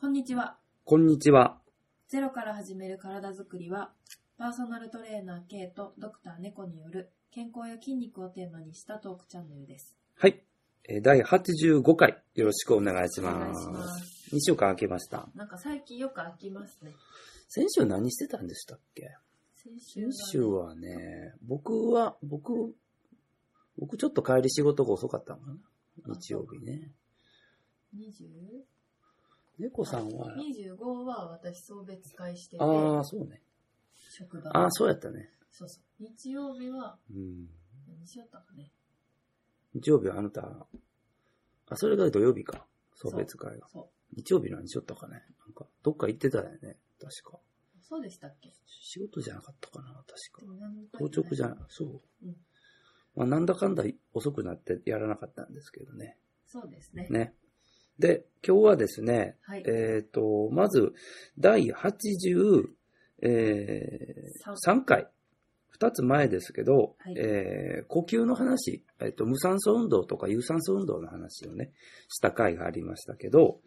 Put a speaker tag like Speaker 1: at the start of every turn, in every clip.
Speaker 1: こんにちは。
Speaker 2: こんにちは。
Speaker 1: ゼロから始める体づくりは、パーソナルトレーナー K とドクター猫による健康や筋肉をテーマにしたトークチャンネルです。
Speaker 2: はい。えー第85回、よろしくお願いし
Speaker 1: お
Speaker 2: ま
Speaker 1: 願い
Speaker 2: す。
Speaker 1: します。
Speaker 2: 2週間空けました。
Speaker 1: なんか最近よく飽きますね。
Speaker 2: 先週何してたんでしたっけ
Speaker 1: 先週は
Speaker 2: 先週はね、僕は、僕、僕ちょっと帰り仕事が遅かったのかな日曜日ね。
Speaker 1: 20
Speaker 2: 猫さんは、
Speaker 1: 25は私送別会してて、
Speaker 2: ああ、そうね。
Speaker 1: 職場
Speaker 2: ああ、そうやったね。
Speaker 1: そうそう。日曜日は
Speaker 2: うん。
Speaker 1: 何しよったかね。
Speaker 2: 日曜日はあなた、あ、それが土曜日か。送別会が。
Speaker 1: そ
Speaker 2: 日曜日何しよったかね。なんか、どっか行ってたよね。確か。
Speaker 1: う。そうでしたっけ
Speaker 2: 仕事じゃなかったかな、確か
Speaker 1: で。も何も書
Speaker 2: 当
Speaker 1: いてない
Speaker 2: 直じゃ、そう。
Speaker 1: うん
Speaker 2: まあ、なんだかんだ遅くなってやらなかったんですけどね。
Speaker 1: そうですね。
Speaker 2: ね。で、今日はですね、
Speaker 1: はい。
Speaker 2: えっ、と、まず、第83、えー
Speaker 1: 三
Speaker 2: 3回、2つ前ですけど、
Speaker 1: はい
Speaker 2: えー呼吸の話、えっと、無酸素運動とか有酸素運動の話をね、した回がありましたけど、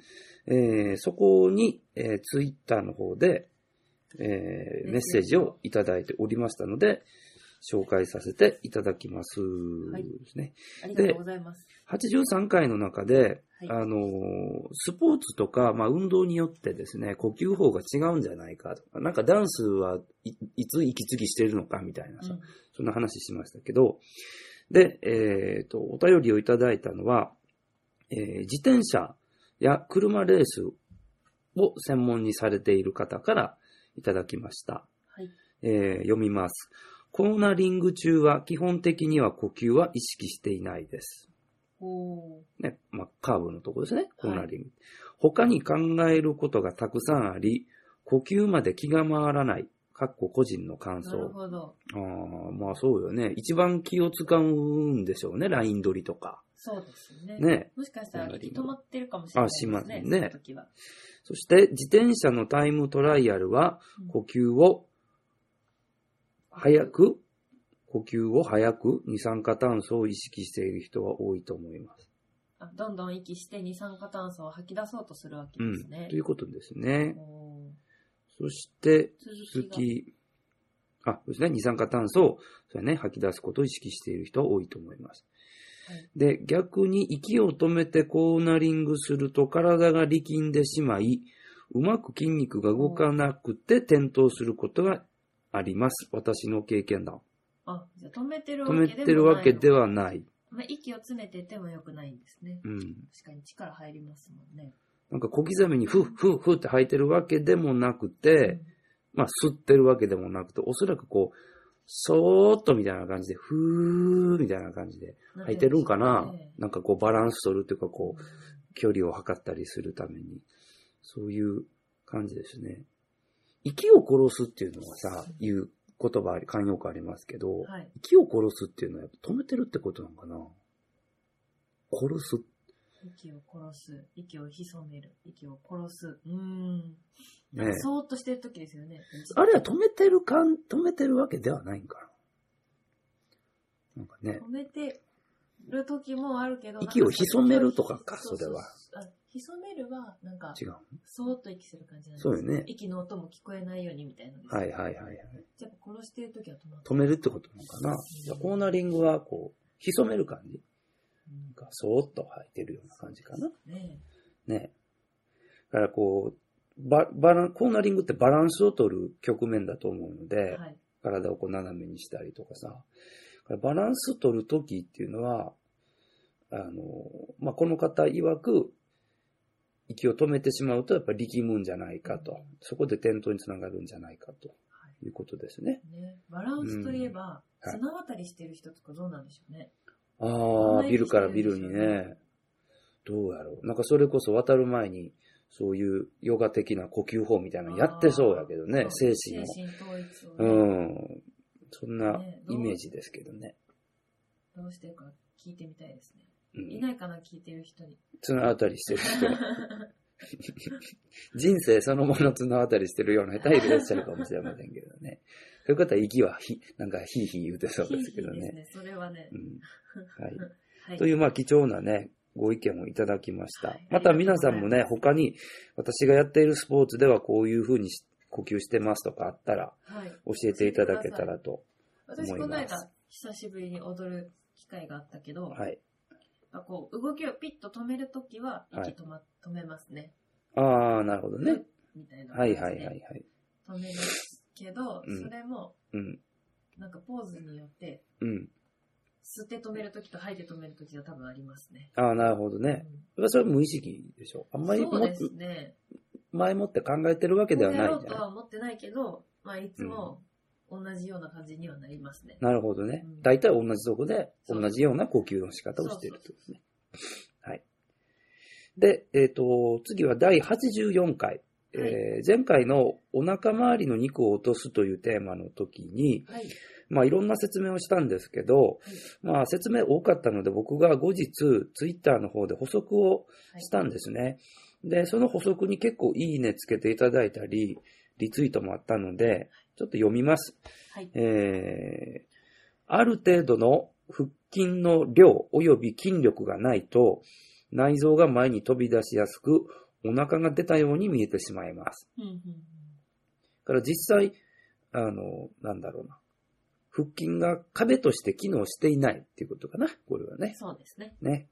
Speaker 2: えーそこに、えー、ツイッターの方で、えーメッセージをいただいておりましたので、紹介させていただきます。
Speaker 1: はい
Speaker 2: ですね。
Speaker 1: ありがとうございます。
Speaker 2: 83回の中で、
Speaker 1: はい。
Speaker 2: あのー、スポーツとか、まあ、運動によってですね、呼吸法が違うんじゃないかとか、なんかダンスはいいつ息継ぎしてるのかみたいなさ、
Speaker 1: うん
Speaker 2: そんな話しましたけど、で、えっ、と、お便りをいただいたのは、えー自転車や車レースを専門にされている方からいただきました。
Speaker 1: はい。
Speaker 2: えー読みます。コーナリング中は基本的には呼吸は意識していないです。
Speaker 1: おー。
Speaker 2: ね、まあ、カーブのとこですね、コーナリング。他に考えることがたくさんあり、呼吸まで気が回らない。かっこ個人の感
Speaker 1: なる
Speaker 2: 想。
Speaker 1: ほど。
Speaker 2: ああ、まあそうよね。一番気を使うんでしょうね。ライン取りとか。
Speaker 1: そうですよね。
Speaker 2: ね。
Speaker 1: もしかしたら
Speaker 2: 隣
Speaker 1: 止
Speaker 2: の
Speaker 1: まってるかもしれないですね。
Speaker 2: あしまね
Speaker 1: その時は。
Speaker 2: そして、自転車のタイムトライアルは、呼吸を早く、呼吸を早く二酸化炭素を意識している人は多いと思います。
Speaker 1: あどんどん息して二酸化炭素を吐き出そうとするわけ
Speaker 2: う
Speaker 1: です
Speaker 2: ん。
Speaker 1: ね
Speaker 2: とい。うことですね。
Speaker 1: おー
Speaker 2: そして、
Speaker 1: 続き
Speaker 2: 月、あ、そうですね、二酸化炭素を、そうやね、吐き出すことを意識している人は多いと思います。
Speaker 1: はい
Speaker 2: で、逆に息を止めてコーナリングすると体が力んでしまい、うまく筋肉が動かなくて転倒することがあります。私の経験談。
Speaker 1: が。あ、じゃあ止めてるわけで
Speaker 2: 止
Speaker 1: も
Speaker 2: め
Speaker 1: ない
Speaker 2: てるわけで
Speaker 1: は。
Speaker 2: はない。
Speaker 1: まあ息を詰めてても良くないんですね。
Speaker 2: うん。
Speaker 1: 確かに力入りますもんね。
Speaker 2: なんか小刻みにフッフッフッって吐いてるわけでもなくて、まあ、吸ってるわけでもなくて、おそらくこう、そーっとみたいな感じで、ふーみたいな感じで
Speaker 1: うん
Speaker 2: 吐いてるんかな
Speaker 1: ていうんです
Speaker 2: なんかこうバランス取るっていうかこ
Speaker 1: かね
Speaker 2: う、距離を測ったりするために、そういう感じですね。息を殺すっていうのはさ、いう言葉あり、慣用句ありますけど、
Speaker 1: はい。
Speaker 2: 息を殺すっていうのはやっぱ止めてるってことなのかな殺す。
Speaker 1: 息を殺す。息を潜める。息を殺す。うーん。
Speaker 2: ねえ
Speaker 1: そーっとしてる時ですよね。
Speaker 2: あれは止めてるかん、止めてるわけではないんかななんかね。
Speaker 1: 止めてる時もあるけど、
Speaker 2: 息を潜めるとかか
Speaker 1: なん
Speaker 2: それは
Speaker 1: うそうあ潜めるは、なんか、
Speaker 2: 違う。
Speaker 1: そーっと息する感じなんです
Speaker 2: そうよね
Speaker 1: 息の音も聞こえないようにみたいなのです。
Speaker 2: はいはいはいはい。
Speaker 1: やっぱ殺してる時は止まって
Speaker 2: 止めるってことなのかな。じゃあコーナリングはこう、潜める感じ
Speaker 1: うん
Speaker 2: がそーっと入ってるような感じかな。
Speaker 1: ねえ
Speaker 2: ね。だからこう、ババランコーナリングってバランスを取る局面だと思うので、
Speaker 1: はい。
Speaker 2: 体をこう斜めにしたりとかさ。だからバランス取るときっていうのは、あの、まあ、この方曰く、息を止めてしまうとやっぱり力むんじゃないかと。そこで転倒につながるんじゃないかということですね。
Speaker 1: ね、バランスといえば、
Speaker 2: うんはい
Speaker 1: 綱渡りしてる人とかどうなんでしょうね。
Speaker 2: ああ、
Speaker 1: 甘い
Speaker 2: ビルからビルにね。どうやろう。なんかそれこそ渡る前に、そういうヨガ的な呼吸法みたいなのやってそうやけどね、
Speaker 1: そ
Speaker 2: 精
Speaker 1: う
Speaker 2: 神を。
Speaker 1: 精神統一を
Speaker 2: う
Speaker 1: ね、
Speaker 2: ん。そんな
Speaker 1: ねどう
Speaker 2: イメージですけどね。
Speaker 1: どうしてるか聞いてみたいですね。
Speaker 2: う
Speaker 1: い
Speaker 2: ん。
Speaker 1: ないかな、聞いてる人に。
Speaker 2: 綱渡りしてる 人。人生そのもの綱渡りしてるような 人はいらっしゃるかもしれませんけどね。そういう方は息はひ、なんか ヒーヒー言うてそうですけど
Speaker 1: いいです
Speaker 2: ね。
Speaker 1: ね、それはね
Speaker 2: う。ん。はい。
Speaker 1: はい
Speaker 2: と。いう、まあ、貴重なね、ご意見をいただきました。
Speaker 1: はい
Speaker 2: また皆さんも
Speaker 1: あ
Speaker 2: ね、
Speaker 1: りがとう
Speaker 2: 他に私がやっているスポーツではこういうふうにし呼吸してますとかあったら
Speaker 1: はい。
Speaker 2: 教えていただけたらと。
Speaker 1: 私、
Speaker 2: 思い
Speaker 1: この
Speaker 2: ます
Speaker 1: 間、久しぶりに踊る機会があったけど、
Speaker 2: はい。
Speaker 1: まあこう動きをピッと止めるときは、
Speaker 2: はい
Speaker 1: 息止,、ま止めますね。
Speaker 2: ああ、なるほどね。。
Speaker 1: みたいな、
Speaker 2: はいはいはいはい。。
Speaker 1: 止めますけど、
Speaker 2: うん
Speaker 1: それも、
Speaker 2: うん。
Speaker 1: なんかポーズによって、
Speaker 2: うん。
Speaker 1: 吸って止めるときと吐いて止めるときが多分ありますね。
Speaker 2: ああ、なるほどね。それは無意識でしょ。あん
Speaker 1: うん
Speaker 2: まり
Speaker 1: そう
Speaker 2: もっ
Speaker 1: ですね。
Speaker 2: 前もって考えてるわけではな
Speaker 1: やろ
Speaker 2: いん
Speaker 1: う
Speaker 2: じ
Speaker 1: と
Speaker 2: ゃない
Speaker 1: は思ってないけど、まあ、いつも同じような感じにはなりますね。
Speaker 2: なるほどね
Speaker 1: う。ん
Speaker 2: 大体同じとこで、
Speaker 1: そう
Speaker 2: 同じような呼吸の仕方をしているということですね。はい。で、えっ、と、次は第84回。えー
Speaker 1: は
Speaker 2: 前回のお腹周りの肉を落とすというテーマの時に、
Speaker 1: はい。
Speaker 2: まあいろんな説明をしたんですけど、まあ説明多かったので僕が後日ツイッターの方で補足をしたんですね。で、その補足に結構いいねつけていただいたり、リツイートもあったので、ちょっと読みます。
Speaker 1: はい。
Speaker 2: えーある程度の腹筋の量及び筋力がないと、内臓が前に飛び出しやすく、お腹が出たように見えてしまいます。
Speaker 1: うんうん
Speaker 2: だから実際、あの、なんだろうな。腹筋が壁として機能していないっていうことかな。これは
Speaker 1: うん
Speaker 2: ね。
Speaker 1: そうですね。
Speaker 2: ね。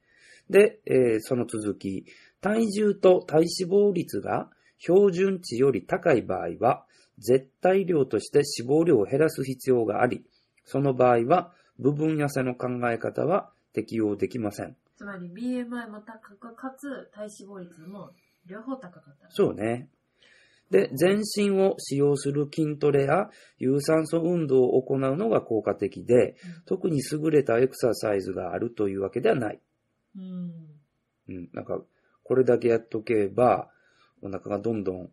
Speaker 2: で、えーその続き、体重と体脂肪率が標準値より高い場合は、絶対量として脂肪量を減らす必要があり、その場合は、部分痩せの考え方は適用できません。
Speaker 1: つまり BMI も高く、かつ体脂肪率も両方高かった。
Speaker 2: そうね。で、全身を使用する筋トレや有酸素運動を行うのが効果的で、特に優れたエクササイズがあるというわけではない。
Speaker 1: うん。
Speaker 2: うん、なんか、これだけやっとけば、お腹がどんどん、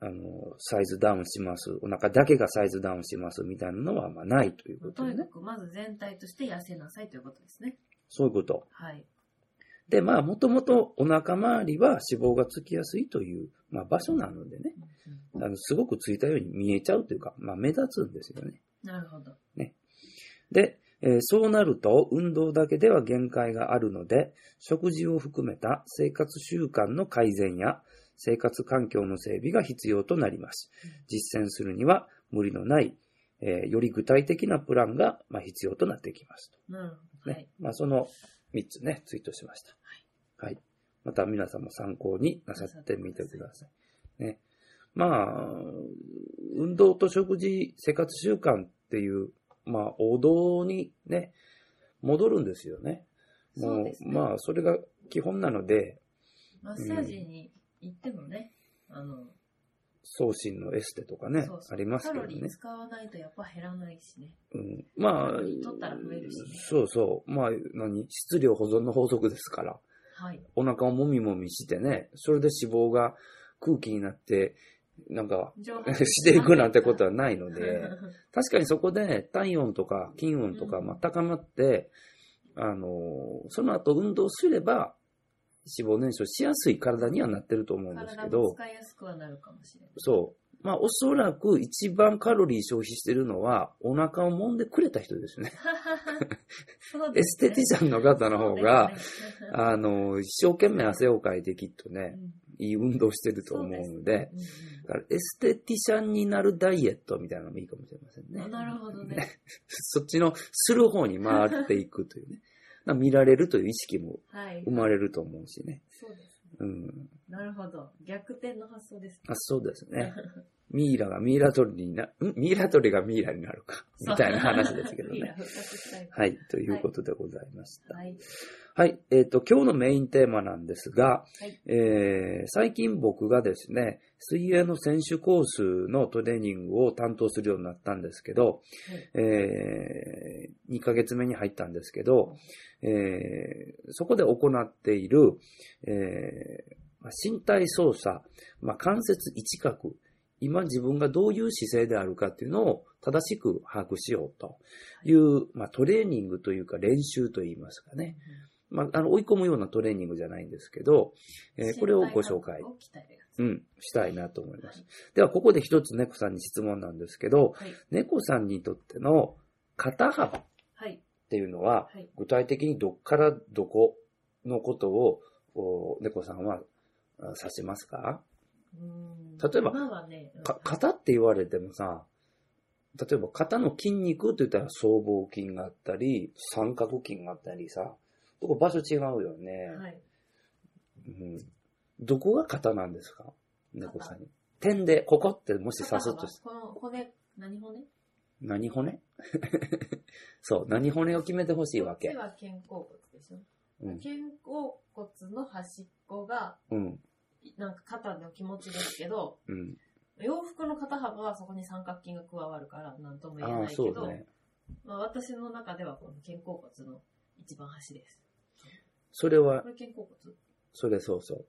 Speaker 2: あの、サイズダウンします。お腹だけがサイズダウンします。みたいなのは、まあ、ないという
Speaker 1: う
Speaker 2: こ
Speaker 1: ん。
Speaker 2: と
Speaker 1: と
Speaker 2: で
Speaker 1: にか
Speaker 2: ね。
Speaker 1: く、まず全体として痩せなさいということですね。
Speaker 2: そういうこと。
Speaker 1: はい。
Speaker 2: で、まあ、もともとお腹周りは脂肪がつきやすいという、まあ、場所なのでね。
Speaker 1: うんうん
Speaker 2: あの、すごくついたように見えちゃうというか、まあ、目立つんですよね。
Speaker 1: なるほど。
Speaker 2: で、えーそうなると運動だけでは限界があるので、食事を含めた生活習慣の改善や生活環境の整備が必要となります
Speaker 1: うん。
Speaker 2: 実践するには無理のない、えーより具体的なプランが、まあ、必要となってきますと
Speaker 1: なるほど。は
Speaker 2: ね。
Speaker 1: い。
Speaker 2: まあ、その3つね、ツイートしました。はい。また皆さんも参考になさってみてください。ね。まあ、運動と食事、生活習慣っていう、まあ、王道にね、戻るんですよね。も
Speaker 1: そう
Speaker 2: う
Speaker 1: ですね。
Speaker 2: まあ、それが基本なので、
Speaker 1: マッサージに行ってもね、あの、
Speaker 2: 送信のエステとかね、
Speaker 1: そうそう
Speaker 2: あります
Speaker 1: カ
Speaker 2: けど
Speaker 1: ロリー
Speaker 2: ね。
Speaker 1: 使わないとやっぱ減らないしね。
Speaker 2: うん、まあ
Speaker 1: カロリー取ったら増えるしね、
Speaker 2: そうそう。まあ、何、質量保存の法則ですから。
Speaker 1: はい。、
Speaker 2: お腹をもみもみしてね、それで脂肪が空気になって、なんか
Speaker 1: 情報
Speaker 2: していくなんてことはないの で、
Speaker 1: は
Speaker 2: 確かにそこで体温とか筋温とか、
Speaker 1: うん
Speaker 2: まあ、高まって、あのーその後運動すれば、脂肪燃焼しやすい体にはなってると思うん
Speaker 1: い
Speaker 2: です
Speaker 1: 体
Speaker 2: け
Speaker 1: も
Speaker 2: ど、
Speaker 1: 使いやすくはなるかもし れない。
Speaker 2: そう。まあ、おそらく一番カロリー消費してるのは、お腹を揉んでくれた人ですね。
Speaker 1: そう
Speaker 2: エ
Speaker 1: です
Speaker 2: ステティシャンの方の方
Speaker 1: そう
Speaker 2: が、
Speaker 1: ですね
Speaker 2: あのー、一生懸命汗をかいてきっとね、
Speaker 1: うん
Speaker 2: いい運動してると思うので、
Speaker 1: うん
Speaker 2: だからエステティシャンになるダイエットみたいなのもいいかもしれません
Speaker 1: うん
Speaker 2: ね。
Speaker 1: なるほどね。。
Speaker 2: そっちのする方に回っていく というね。まあ見られるという意識も
Speaker 1: はい
Speaker 2: 生。まれると思うしね。
Speaker 1: そうですね。
Speaker 2: うん。
Speaker 1: なるほど。逆転の発想ですね。
Speaker 2: あそうで すね。ミイラがミイラ鳥にな、んミイラ鳥がミイラになるか。みたいな話で すけど
Speaker 1: いいな
Speaker 2: ね。
Speaker 1: 復活したい。
Speaker 2: はい。ということでございました。
Speaker 1: はい。
Speaker 2: はい。えっ、と、今日のメインテーマなんですが、
Speaker 1: はい
Speaker 2: えー最近僕がですね、水泳の選手コースのトレーニングを担当するようになったんですけど、えー2ヶ月目に入ったんですけど、えーそこで行っている、えーまあ身体操作、まあ、関節一角、今自分がどういう姿勢であるかっていうのを正しく把握しようという、まあ、トレーニングというか練習といいますかね。まあ、あの、追い込むようなトレーニングじゃないんですけど、えーこれをご紹
Speaker 1: 身体、能
Speaker 2: 介
Speaker 1: 力を鍛えるやつ
Speaker 2: うん、したいなと思います。では、ここで一つ猫さんに質問なんですけど、
Speaker 1: はい。
Speaker 2: 猫さんにとっての肩幅っ
Speaker 1: はい。
Speaker 2: ていうのは、
Speaker 1: はい。
Speaker 2: 具体的にどっからどこのことを、お猫さんはあ指しますか
Speaker 3: うん
Speaker 2: 例えば
Speaker 3: 今はね、うん
Speaker 2: か、肩って言われてもさ、例えば肩の筋肉って言ったら僧帽筋があったり、三角筋があったりさ、ここ場所違うよね。
Speaker 3: はい。
Speaker 2: うん。どこが肩なんですか猫さんに。点で、ここってもし刺すとし
Speaker 3: この骨、何骨
Speaker 2: 何骨 そう、何骨を決めてほしいわ
Speaker 3: こっ
Speaker 2: け
Speaker 3: ち。は肩甲骨でしょ。
Speaker 2: うん。
Speaker 3: 肩甲骨の端っこが、
Speaker 2: うん。
Speaker 3: なんか肩の気持ちですけど、
Speaker 2: うん。
Speaker 3: 洋服の肩幅はそこに三角筋が加わるから何とも言え
Speaker 2: あ
Speaker 3: な
Speaker 2: あ、
Speaker 3: いけ
Speaker 2: そ
Speaker 3: ど、
Speaker 2: うね。
Speaker 3: まあ、私の中ではこの肩甲骨の一番端です。
Speaker 2: それは
Speaker 3: こ、れ肩甲骨
Speaker 2: それそうそう。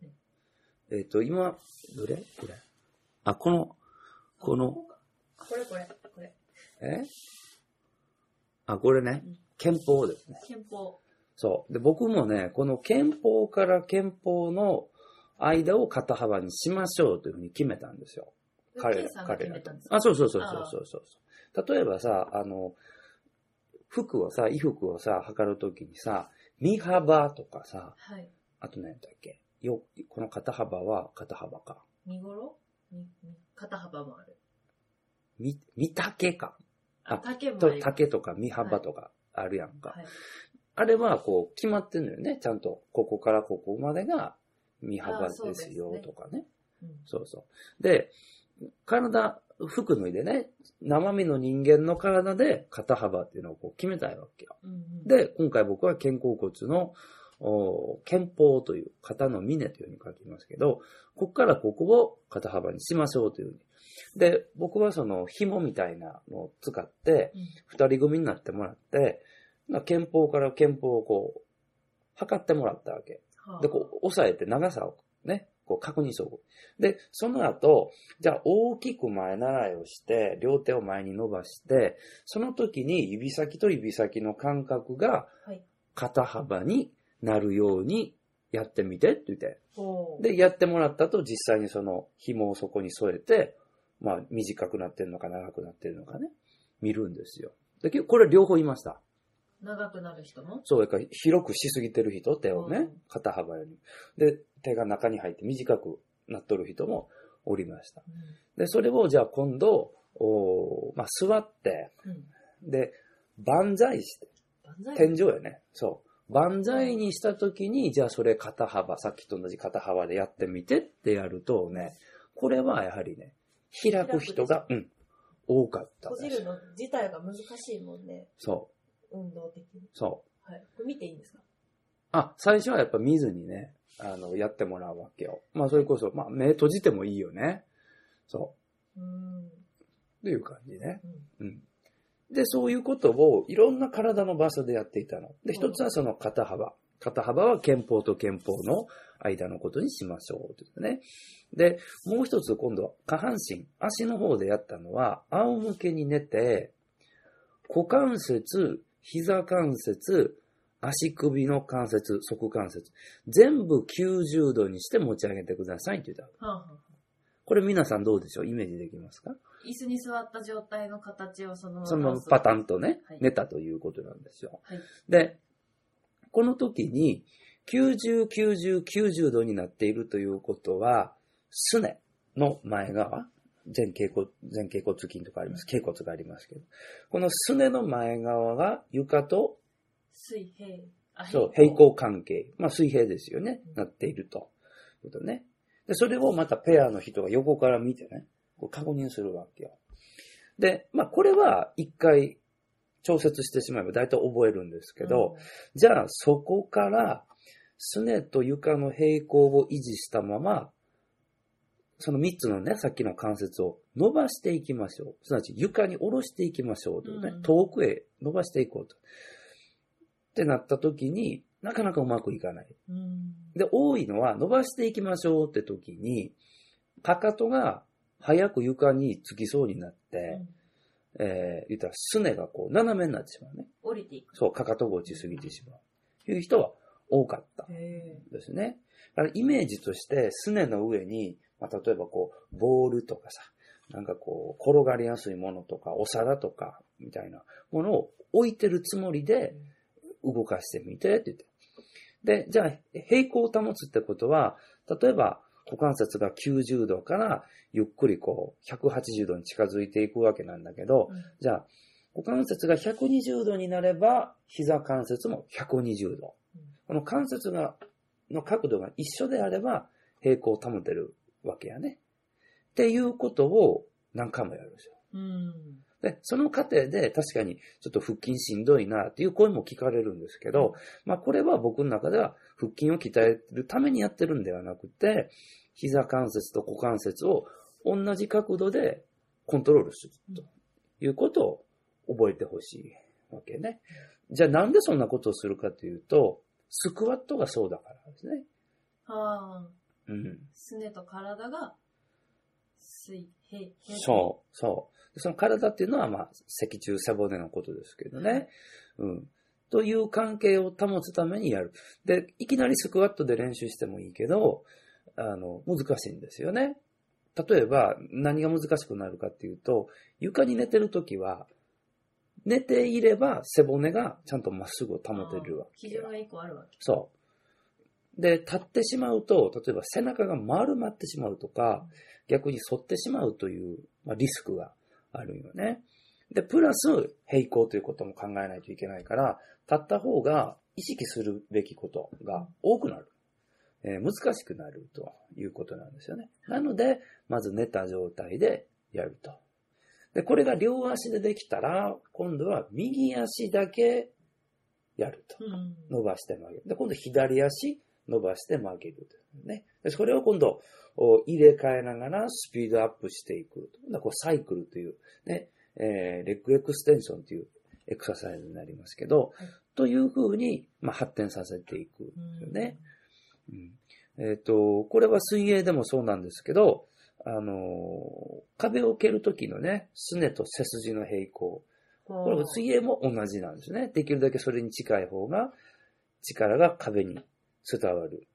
Speaker 2: えっ、と、今、どれこれ。あ、この、この、
Speaker 3: こかこれこれ、これ。
Speaker 2: えあ、これね
Speaker 3: うん。
Speaker 2: 憲法ですね。
Speaker 3: 肩法。
Speaker 2: そう。で、僕もね、この憲法から憲法の間を肩幅にしましょうというふうに決めたんですよ。彼
Speaker 3: K
Speaker 2: ら
Speaker 3: さ、んが
Speaker 2: 彼
Speaker 3: 決
Speaker 2: ら
Speaker 3: めたん
Speaker 2: と
Speaker 3: です。か
Speaker 2: あ、そうそうそうそうそうそうそう。例えばさ、あの、服をさ、衣服をさ、測るときにさ、身幅とかさ、
Speaker 3: はい。
Speaker 2: あと何やったっけよ、この肩幅は肩幅か。
Speaker 3: 身頃みみ肩幅もある。
Speaker 2: み、見丈か。あ
Speaker 3: あ、丈もあ
Speaker 2: と、
Speaker 3: る。
Speaker 2: 丈とか身幅とかあるやんか。
Speaker 3: はい。
Speaker 2: あれはこう決まってんのよね。ちゃんと、ここからここまでが身幅
Speaker 3: あそう
Speaker 2: で
Speaker 3: です
Speaker 2: す
Speaker 3: ね
Speaker 2: よとかね。
Speaker 3: うん
Speaker 2: そうそう。で、体、服脱いでね、生身の人間の体で肩幅っていうのをこう決めたいわけよ。
Speaker 3: うんうん、
Speaker 2: で、今回僕は肩甲骨の、お肩峰という、肩の峰というふうに書きますけど、ここからここを肩幅にしましょうというふうに。で、僕はその紐みたいなのを使って、
Speaker 3: うん
Speaker 2: 二人組になってもらって、な憲法から憲法をこう、測ってもらったわけ。
Speaker 3: はあ
Speaker 2: で、こう、押さえて長さをね、こう確認しておく。で、その後、じゃあ大きく前習いをして、両手を前に伸ばして、その時に指先と指先の間隔が
Speaker 3: はい、
Speaker 2: 肩幅になるようにやってみてって言って。
Speaker 3: ほう
Speaker 2: で、やってもらったと実際にその紐をそこに添えて、まあ短くなってるのか長くなってるのかね、見るんですよ。で、結構これ両方いました。
Speaker 3: 長くなる人も
Speaker 2: そう、やから広くしすぎてる人、手を
Speaker 3: う
Speaker 2: ね
Speaker 3: ん、
Speaker 2: 肩幅より。で、手が中に入って短くなっとる人もおりました。で、それをじゃあ今度、おーまあ、座って、
Speaker 3: うん。うん。
Speaker 2: で、万歳して、
Speaker 3: 万歳。
Speaker 2: 天井よね。そう。万歳にした時に、じゃあそれ肩幅、さっきと同じ肩幅でやってみてってやるとね、これはやはりね、開く人が、うん、多かった
Speaker 1: 閉
Speaker 2: らしい
Speaker 1: じるの自体が難しいもんね、
Speaker 2: そ
Speaker 1: 運動的に。
Speaker 2: う、そう。
Speaker 1: はい。これ見ていいんですか
Speaker 2: あ、最初はやっぱ見ずにね、あの、やってもらうわけよ。まあ、それこそ、まあ、目閉じてもいいよね。そ
Speaker 1: うん。
Speaker 2: う。という感じね。
Speaker 1: うん
Speaker 2: うん。で、そういうことを、いろんな体の場所でやっていたの。で、
Speaker 1: うん
Speaker 2: 一つはその肩幅。肩幅は憲法と憲法の間のことにしましょう。ということね。で、もう一つ今度は下半身、足の方でやったのは、仰向けに寝て、股関節、膝関節、足首の関節、側関節、全部90度にして持ち上げてくださいって言った。
Speaker 3: はあはあ
Speaker 2: これ皆さんどうでしょうイメージできますか
Speaker 3: 椅子に座った状態の形をそのまま
Speaker 2: そのままパタンとね
Speaker 3: はい、
Speaker 2: 寝たということなんですよ。
Speaker 3: はい
Speaker 2: で、この時に、90、90、90度になっているということは、すねの前側、前頸骨、前頸骨筋とかあります。頸骨がありますけど、このすねの前側が床と
Speaker 3: 水平。あ
Speaker 2: そう、平。行関係。まあ、水平ですよね。なっていると。いうことね。で、それをまたペアの人が横から見てね、こう確認するわけよ。で、まあ、これは一回調節してしまえば大体覚えるんですけど、じゃあそこから、すねと床の平行を維持したまま、その3つのね、さっきの関節を伸ばしていきましょう。すなわち床に下ろしていきましょうというね、
Speaker 3: うん
Speaker 2: 遠くへ伸ばしていこうと。ってなった時に、なかなかうまくいかない。
Speaker 3: うん。うん
Speaker 2: で、多いのは伸ばしていきましょうって時に、かかとが早く床につきそうになって、えー、言ったらすねがこう斜めになってしまうね。
Speaker 3: 降りていく。
Speaker 2: そう、かかとが落ちすぎてしまう。という人は多かった
Speaker 3: へえ。
Speaker 2: ですね。だからイメージとして、すねの上に、まあ、例えばこう、ボールとかさ、なんかこう、転がりやすいものとか、お皿とか、みたいなものを置いてるつもりで、動かしてみてって言って。で、じゃあ、平行を保つってことは、例えば、股関節が90度からゆっくりこう、180度に近づいていくわけなんだけど、じゃあ、股関節が120度になれば、膝関節も120度
Speaker 1: うん。
Speaker 2: この関節が、の角度が一緒であれば、平行を保てるわけやね。っていうことを何回もやるでしょ。
Speaker 1: うん。
Speaker 2: で、その過程で確かにちょっと腹筋しんどいなっていう声も聞かれるんですけど、まあこれは僕の中では腹筋を鍛えるためにやってるんではなくて、膝関節と股関節を同じ角度でコントロールするということを覚えてほしいわけね。じゃあなんでそんなことをするかというと、スクワットがそうだからですね。
Speaker 1: はあ。
Speaker 2: うん。
Speaker 1: すねと体が、水平。
Speaker 2: そう、そう。その体っていうのは、まあ、脊柱背骨のことですけどね。うん。という関係を保つためにやる。で、いきなりスクワットで練習してもいいけど、あの、難しいんですよね。例えば、何が難しくなるかっていうと、床に寝てるときは、寝ていれば背骨がちゃんとまっすぐを保てるわけ
Speaker 1: 基
Speaker 2: よ
Speaker 1: 準が一個あるわけ。
Speaker 2: そう。で、立ってしまうと、例えば背中が丸まってしまうとか、逆に反ってしまうという、まあ、リスクがあるよね。で、プラス平行ということも考えないといけないから、立った方が意識するべきことが多くなる。えー難しくなるということなんですよね。なので、まず寝た状態でやると。で、これが両足でできたら、今度は右足だけやると。
Speaker 1: うん。
Speaker 2: 伸ばして曲げる。で、今度左足伸ばして曲げる。ね。で、それを今度、お入れ替えながらスピードアップしていく。今度はこうサイクルという、ね、えーレッグエクステンションというエクササイズになりますけど、
Speaker 1: はい
Speaker 2: というふうに、まあ、発展させていく。
Speaker 1: うん
Speaker 2: ね。うんえっ、と、これは水泳でもそうなんですけど、あのー壁を蹴るときのね、すねと背筋の平行。これも水泳も同じなんですね。できるだけそれに近い方が、力が壁に伝わる。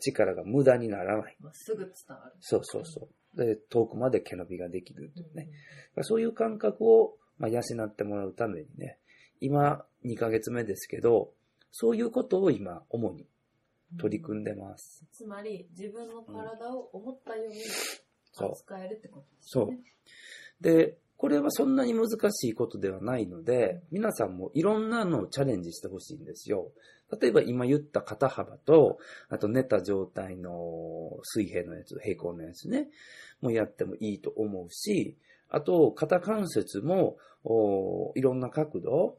Speaker 2: 力が無駄にならない。
Speaker 1: まあすぐ伝わる。
Speaker 2: そうそうそう。で、遠くまで毛伸びができるというね。
Speaker 1: うん
Speaker 2: そういう感覚を、まあ、養ってもらうためにね、今、2ヶ月目ですけど、そういうことを今、主に取り組んでます。
Speaker 1: つまり、自分の体を思ったように
Speaker 2: そう。
Speaker 1: 扱えるってことです
Speaker 2: そ
Speaker 1: ね。
Speaker 2: う。で、これはそんなに難しいことではないので、皆さんもいろんなのをチャレンジしてほしいんですよ。例えば今言った肩幅と、あと寝た状態の水平のやつ、平行のやつね、もうやってもいいと思うし、あと肩関節も、おーいろんな角度、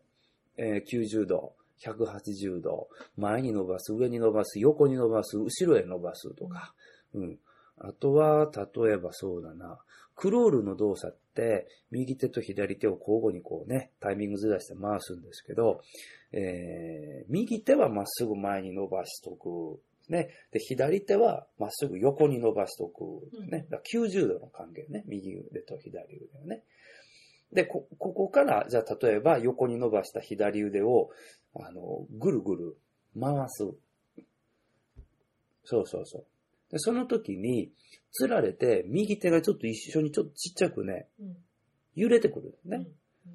Speaker 2: えー90度、180度、前に伸ばす、上に伸ばす、横に伸ばす、後ろへ伸ばすとか、うん。あとは、例えばそうだな、クロールの動作って、右手と左手を交互にこうね、タイミングずらして回すんですけど、えー、右手はまっすぐ前に伸ばしとく。ね。で、左手はまっすぐ横に伸ばしとく。ね。だから90度の関係ね。右腕と左腕をね。で、こ、ここから、じゃあ例えば横に伸ばした左腕を、あの、ぐるぐる回す。そうそうそう。で、その時に、つられて、右手がちょっと一緒にちょっとちっちゃくね、
Speaker 1: うん。
Speaker 2: 揺れてくるんですね。
Speaker 1: うん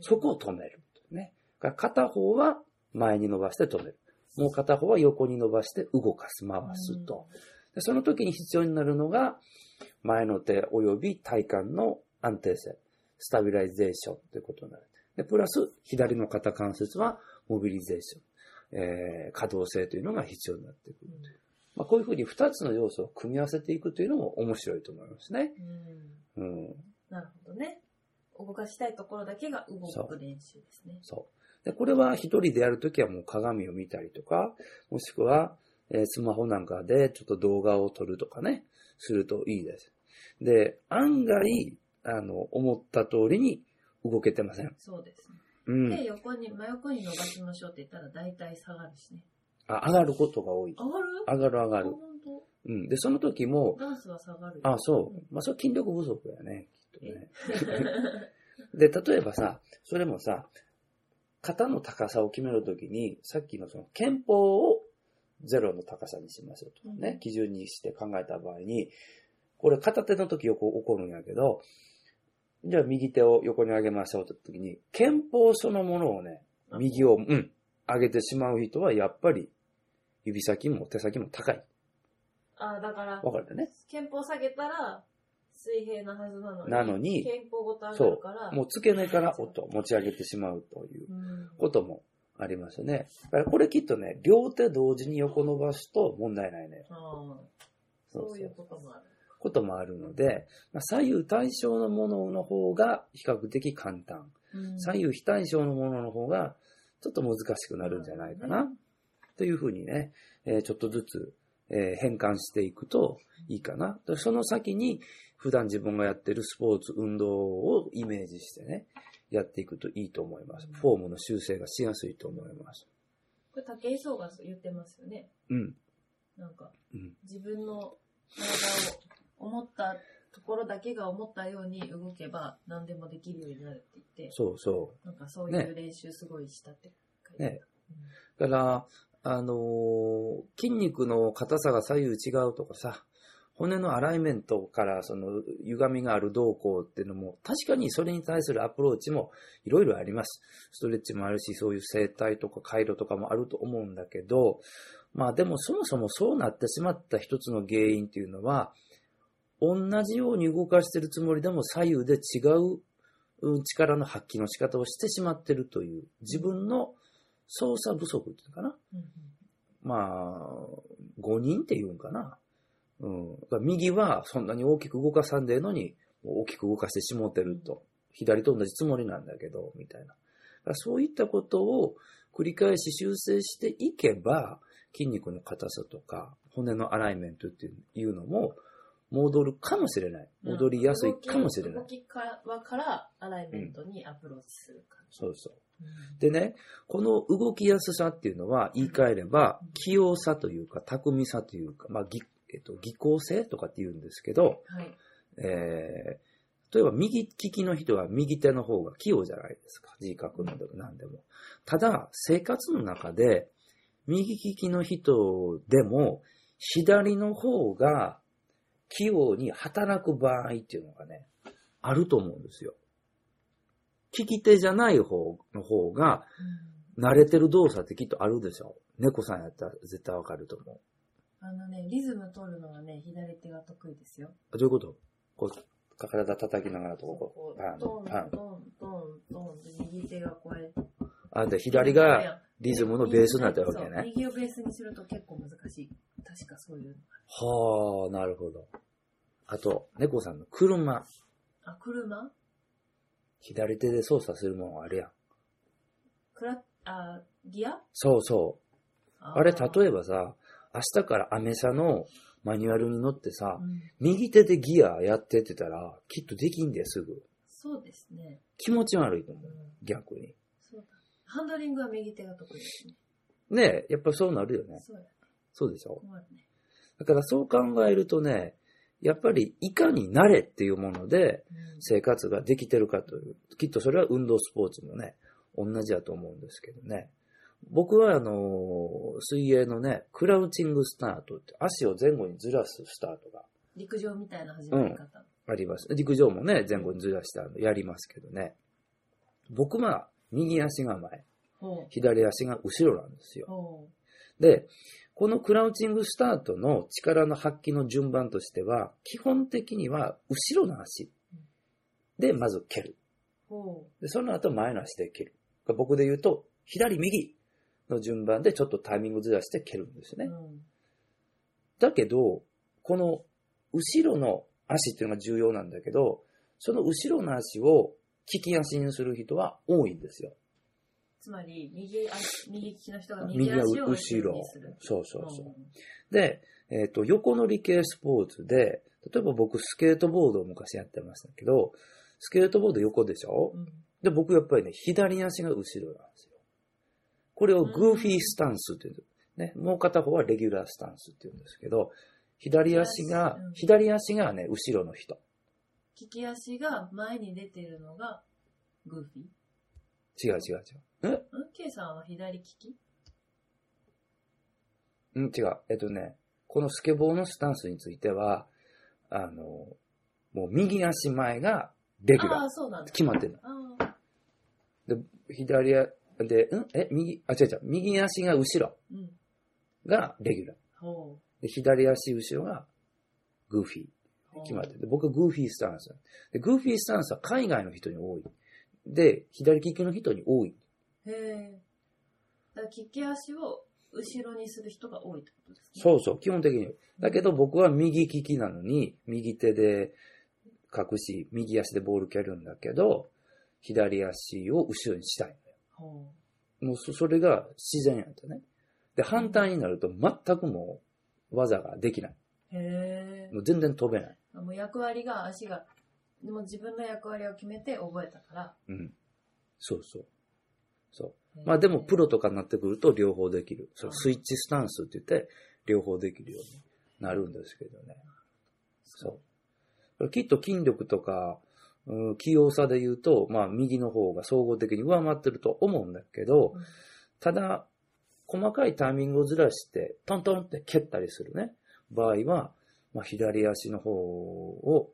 Speaker 2: そこを止める。ね。だから片方は前に伸ばして止める。もう片方は横に伸ばして動かす、回すと。。でその時に必要になるのが、前の手及び体幹の安定性、スタビライゼーションということになる。で、プラス、左の肩関節は、モビリゼーション、えー、可動性というのが必要になってく
Speaker 1: う
Speaker 2: る。
Speaker 1: ん
Speaker 2: まあ、こういうふうに2つの要素を組み合わせていくというのも面白いと思いますね。
Speaker 1: うん。
Speaker 2: うん。
Speaker 1: なるほどね。動かしたいところだけが動
Speaker 2: そ
Speaker 1: く練習ですね。
Speaker 2: そう。で、これは一人でやるときはもう鏡を見たりとか、もしくは、えースマホなんかでちょっと動画を撮るとかね、するといいです。で、案外、あの、思った通りに動けてません。
Speaker 1: そうですね。
Speaker 2: うん。
Speaker 1: で、横に、真横に伸ばしましょうって言ったら大体下がるしね。
Speaker 2: あ上がることが多い。
Speaker 1: 上がる
Speaker 2: 上がる上が
Speaker 1: あ
Speaker 2: る。
Speaker 1: 本当
Speaker 2: うん。で、その時も、
Speaker 1: ダンスは下がる。
Speaker 2: あ、 そう。まあ、それ筋力不足だね、きっとね。
Speaker 1: う。
Speaker 2: で、例えばさ、それもさ、肩の高さを決めるときに、さっきのその憲法をゼロの高さにしますよとかね、
Speaker 1: うん
Speaker 2: 基準にして考えた場合に、これ片手の時よく起こるんやけど、じゃあ右手を横に上げましょうって時に、憲法そのものをね、右を、うん、上げてしまう人はやっぱり指先も手先も高い。
Speaker 1: あーだから、
Speaker 2: わかるよね。
Speaker 1: 憲法下げたら、水平なはずなのに。
Speaker 2: なのに
Speaker 1: 憲法ごと上がるから。
Speaker 2: もう付け根から音を持ち上げてしまうという
Speaker 1: うん
Speaker 2: こともありますね。だからこれきっとね、両手同時に横伸ばすと問題ないね。
Speaker 1: あー
Speaker 2: そ
Speaker 1: そ
Speaker 2: う
Speaker 1: う
Speaker 2: そ
Speaker 1: いうう。こともある。
Speaker 2: こともあるので、まあ、左右対称のものの方が比較的簡単。
Speaker 1: うん
Speaker 2: 左右非対称のものの方がちょっと難しくなるんじゃないかな。というふうにね、えーちょっとずつ、えー変換していくといいかな。でその先に普段自分がやってるスポーツ、運動をイメージしてね、やっていくといいと思います。フォームの修正がしやすいと思います。
Speaker 1: これ、武井壮が言ってますよね。
Speaker 2: うん。
Speaker 1: なんか、
Speaker 2: うん。
Speaker 1: 自分の体を思ったところだけが思ったように動けば何でもできるようになるって言って、
Speaker 2: そうそう。
Speaker 1: なんかそういう練習すごいしたって書いてある
Speaker 2: ねだから、あのー筋肉の硬さが左右違うとかさ、骨のアライメントからその歪みがある動向っていうのも、確かにそれに対するアプローチもいろいろあります。ストレッチもあるし、そういう整体とか回路とかもあると思うんだけど、まあでもそもそもそうなってしまった一つの原因っていうのは、同じように動かしてるつもりでも左右で違ううん力の発揮の仕方をしてしまってるという、自分の操作不足っていうのかな。
Speaker 1: うんうん
Speaker 2: まあ、5人って言うんかな。うん。だから右はそんなに大きく動かさんでええのに、もう大きく動かしてしもうてると。左と同じつもりなんだけど、みたいな。だからそういったことを繰り返し修正していけば、筋肉の硬さとか、骨のアライメントっていうのも、戻るかもしれない。戻りやすいかもしれない
Speaker 1: 動。きからからアライメントにアプローチする感じ。
Speaker 2: そうそう。
Speaker 1: うん
Speaker 2: でね、この動きやすさっていうのは言い換えれば
Speaker 1: うん、
Speaker 2: 器用さというか、巧みさというか、まあ、ぎえっと、技巧性とかって言うんですけど、
Speaker 1: はい。
Speaker 2: えー、例えば右利きの人は右手の方が器用じゃないですか。字書くのでも何でも。ただ、生活の中で、右利きの人でも、左の方が器用に働く場合っていうのがね、あると思うんですよ。利き手じゃない方の方が、慣れてる動作ってきっとあるでしょ。猫さんやったら絶対わかると思う。
Speaker 1: あのね、リズム取るのはね、左手が得意ですよ。
Speaker 2: あどういうことこう、体叩きながらとこ
Speaker 1: こ
Speaker 2: う、パン
Speaker 1: う、トン、ト
Speaker 2: パン
Speaker 1: ン、。トン、トンで右手がこうやって。
Speaker 2: あんた左が、リズムのベースになってるわけ
Speaker 1: そう
Speaker 2: ね。
Speaker 1: 右をベースにすると結構難しい。確かそういう。
Speaker 2: はあ、なるほど。あと、猫さんの車。
Speaker 1: あ、車
Speaker 2: 左手で操作するもんあるやん。
Speaker 1: クラあ、ギア
Speaker 2: そうそう。
Speaker 1: あ
Speaker 2: あれ、
Speaker 1: え
Speaker 2: 例えばさ、明日からアメ車のマニュアルに乗ってさ
Speaker 1: う、ん、
Speaker 2: 右手でギアやってってたら、きっとできんですぐ。
Speaker 1: そうですね。
Speaker 2: 気持ち悪いと
Speaker 1: う
Speaker 2: 思
Speaker 1: ん
Speaker 2: う。、逆に。
Speaker 1: そうだ。ハンドリングは右手が得意ですね。
Speaker 2: ねえ、やっぱそうなるよね。
Speaker 1: そうや。
Speaker 2: そうでしょ
Speaker 1: 困るね。
Speaker 2: だからそう考えるとね、やっぱりいかに慣れっていうもので
Speaker 1: うん
Speaker 2: 生活ができてるかという、きっとそれは運動スポーツもね、同じだと思うんですけどね。僕はあのー、水泳のね、クラウチングスタートって足を前後にずらすスタートが
Speaker 1: 陸上みたいな始まり方。
Speaker 2: あります。陸上もね、前後にずらしたのやりますけどね。僕は右足が前、
Speaker 1: ほ
Speaker 2: 左足が後ろなんですよ
Speaker 1: う。。ほ
Speaker 2: で、このクラウチングスタートの力の発揮の順番としては、基本的には後ろの足でまず蹴る。
Speaker 1: う。ほ
Speaker 2: で、その後前の足で蹴る。僕で言うと、左右の順番でちょっとタイミングずらして蹴るんです
Speaker 1: う。
Speaker 2: ね
Speaker 1: う。ん
Speaker 2: だけど、この後ろの足っていうのが重要なんだけど、その後ろの足を利き足にする人は多いんですよ。
Speaker 1: つまり、右足、右利きの人が右
Speaker 2: 右は
Speaker 1: 足を
Speaker 2: 後ろ
Speaker 1: にする。。
Speaker 2: そうそうそう。
Speaker 1: ん
Speaker 2: で、えっ、と、横乗り系スポーツで、例えば僕スケートボードを昔やってましたけど、スケートボード横でしょ
Speaker 1: うん
Speaker 2: で、僕やっぱりね、左足が後ろなんですよ。これをグーフィースタンスっていう、ね、もう片方はレギュラースタンスっていうんですけど、左足が、左足がね、後ろの人。
Speaker 1: 利き足が前に出てるのが、グーフィー。
Speaker 2: 違う違う違う。
Speaker 1: うん ?K さんは左利き
Speaker 2: んうん、違う。えっ、とね、このスケボーのスタンスについては、あの、もう右足前がレギュ
Speaker 1: ああ
Speaker 2: ラ
Speaker 1: ー、そうなん
Speaker 2: ー。
Speaker 1: だ。
Speaker 2: 決まってる。
Speaker 1: ああ、
Speaker 2: で、左足で、んえ、右、あ、違う違う。右足が後ろ。
Speaker 1: うん。
Speaker 2: がレギュラー。
Speaker 1: ほ
Speaker 2: で、左足後ろがグーフィー。
Speaker 1: う。
Speaker 2: 決まってて、僕はグーフィースタンスなんですで。グーフィースタンスは海外の人に多い。で、左利きの人に多い。
Speaker 1: へえ。だから、利き足を後ろにする人が多いってことですね。
Speaker 2: そうそう、基本的に。だけど僕は右利きなのに、右手で隠し、右足でボール蹴るんだけど、左足を後ろにしたい。
Speaker 1: ほ
Speaker 2: もうそそれが自然やったね。で、反対になると全くもう技ができない。
Speaker 1: う。へえ。
Speaker 2: もう全然飛べない。
Speaker 1: もう役割が足が、でも自分の役割を決めて覚えたから。
Speaker 2: うん。そうそう。そう。まあでもプロとかになってくると両方できる。そうスイッチスタンスって言って両方できるようになるんですけどね。そう。きっと筋力とか、うん器用さで言うと、まあ右の方が総合的に上回ってると思うんだけど、
Speaker 1: うん
Speaker 2: ただ、細かいタイミングをずらして、トントンって蹴ったりするね。場合は、まあ、左足の方を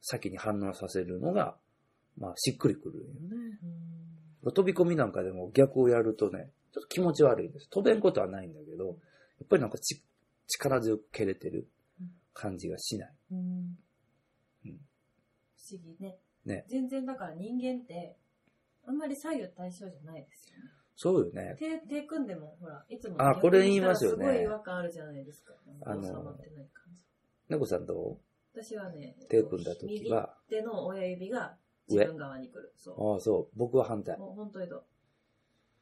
Speaker 2: 先に反応させるのが、まあしっくりくるよね。
Speaker 1: うん。
Speaker 2: 飛び込みなんかでも逆をやるとね、ちょっと気持ち悪いです。飛べんことはないんだけど、やっぱりなんかち力強く蹴れてる感じがしない。
Speaker 1: うん
Speaker 2: う
Speaker 1: 不
Speaker 2: ん
Speaker 1: 思議ね。
Speaker 2: ね
Speaker 1: 全然だから人間って、あんまり左右対称じゃないですよね。
Speaker 2: そうよね。
Speaker 1: 手、手組んでも、ほら、いつも、
Speaker 2: あこれ言いますよね
Speaker 1: すごい違和感あるじゃないですか。
Speaker 2: あの
Speaker 1: 収まってない感じ。
Speaker 2: 猫さんど
Speaker 1: 私はね、
Speaker 2: 手組んだ時は
Speaker 1: 右手の親指が自分側に来る。そう
Speaker 2: ああ、そう。僕は反対
Speaker 1: う。。もう本当にどう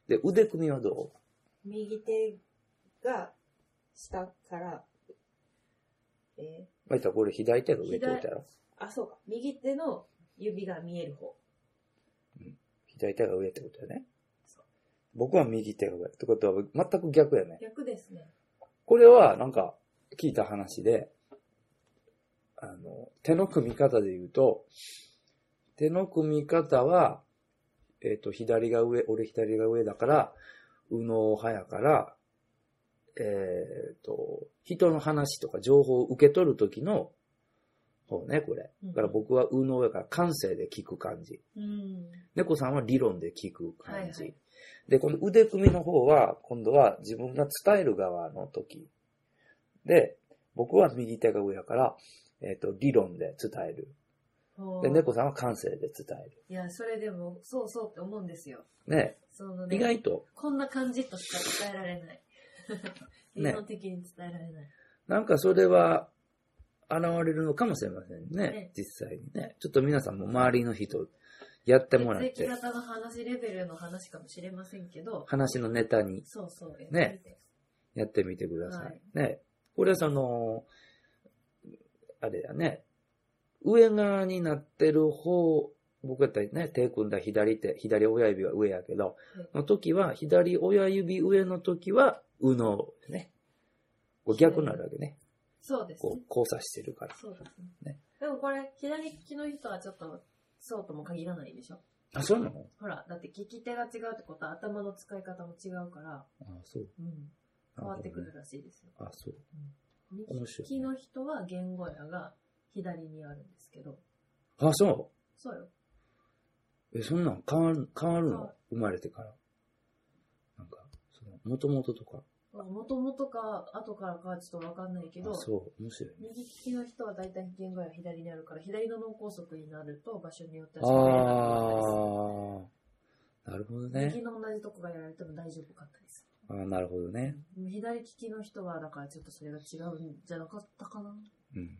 Speaker 2: で、腕組みはど
Speaker 4: 右手が下から、え
Speaker 2: うまいたこれ左手が上ってことやろ
Speaker 4: ー、あ、そうか。
Speaker 1: 右手の指が見える方。
Speaker 2: 左手が上ってことやね。僕は右手が上ってことは全く逆やね。
Speaker 1: 逆ですね。
Speaker 2: これはなんか聞いた話で、あの、手の組み方で言うと、手の組み方は、えっ、と、左が上、俺左が上だから、右脳派やから、えっ、と、人の話とか情報を受け取る時の方ね、これ。だから僕は右脳やから感性で聞く感じ。
Speaker 1: うん。
Speaker 2: 猫さんは理論で聞く感じ。
Speaker 1: はいはい
Speaker 2: で、この腕組みの方は、今度は自分が伝える側の時。で、僕は右手が上やから、えっ、と、理論で伝える。
Speaker 1: ほう
Speaker 2: で、猫さんは感性で伝える。
Speaker 1: いや、それでも、そうそうって思うんですよ。
Speaker 2: ね、
Speaker 1: そのね、
Speaker 2: 意外と、
Speaker 1: こんな感じとしか伝えられない。 理
Speaker 2: ね
Speaker 1: 論的に伝えられない。
Speaker 2: なんかそれは、現れるのかもしれませんね。
Speaker 1: ね
Speaker 2: 実際にね。ちょっと皆さんも周りの人、やってもらっ
Speaker 1: 血液
Speaker 2: て、
Speaker 1: 型の話レベルの話かもしれませんけど、
Speaker 2: 話のネタに
Speaker 1: そうそう。やってみ
Speaker 2: ね
Speaker 1: て。
Speaker 2: やってみてください。
Speaker 1: はい
Speaker 2: ね。これはその、あれだね。上側になってる方、僕やったらね、手組んだ左手、左親指は上やけど、の時は、左親指上の時は、右脳ですね。こう逆になるわけね。
Speaker 1: そうです
Speaker 2: こ
Speaker 1: ね
Speaker 2: う、。交差してるから。
Speaker 1: そうです
Speaker 2: ね
Speaker 1: ね。でもこれ、左利きの人はちょっと、そうとも限らないでしょ
Speaker 2: あ、そうなの
Speaker 1: ほら、だって利き手が違うってことは頭の使い方も違うから、
Speaker 2: あ、そう。
Speaker 1: うん、変わってくるらしいですよ。
Speaker 2: あ、そう。
Speaker 1: 右
Speaker 2: 面
Speaker 1: 利
Speaker 2: 白い
Speaker 1: きの人は言語やが左にあるんですけど、
Speaker 2: あ、そ
Speaker 1: そうよ。
Speaker 2: う。え、そんなん変わる、変わる
Speaker 1: は
Speaker 2: の生まれてから。なんか、その、もともととか。
Speaker 1: もともとか、後からかはちょっとわかんないけど
Speaker 2: あ、、そう。面白いね。
Speaker 1: 右利きの人は大体言語や左にあるから、左の脳梗塞になると場所によってはそういうのがあったり
Speaker 2: ああ、なるほど
Speaker 1: する
Speaker 2: ね
Speaker 1: 右。の同じとこがやられても大丈夫かったりす
Speaker 2: あーなるほどね
Speaker 1: る。。左利きの人は、だからちょっとそれが違うんじゃなかったかな。
Speaker 2: うん。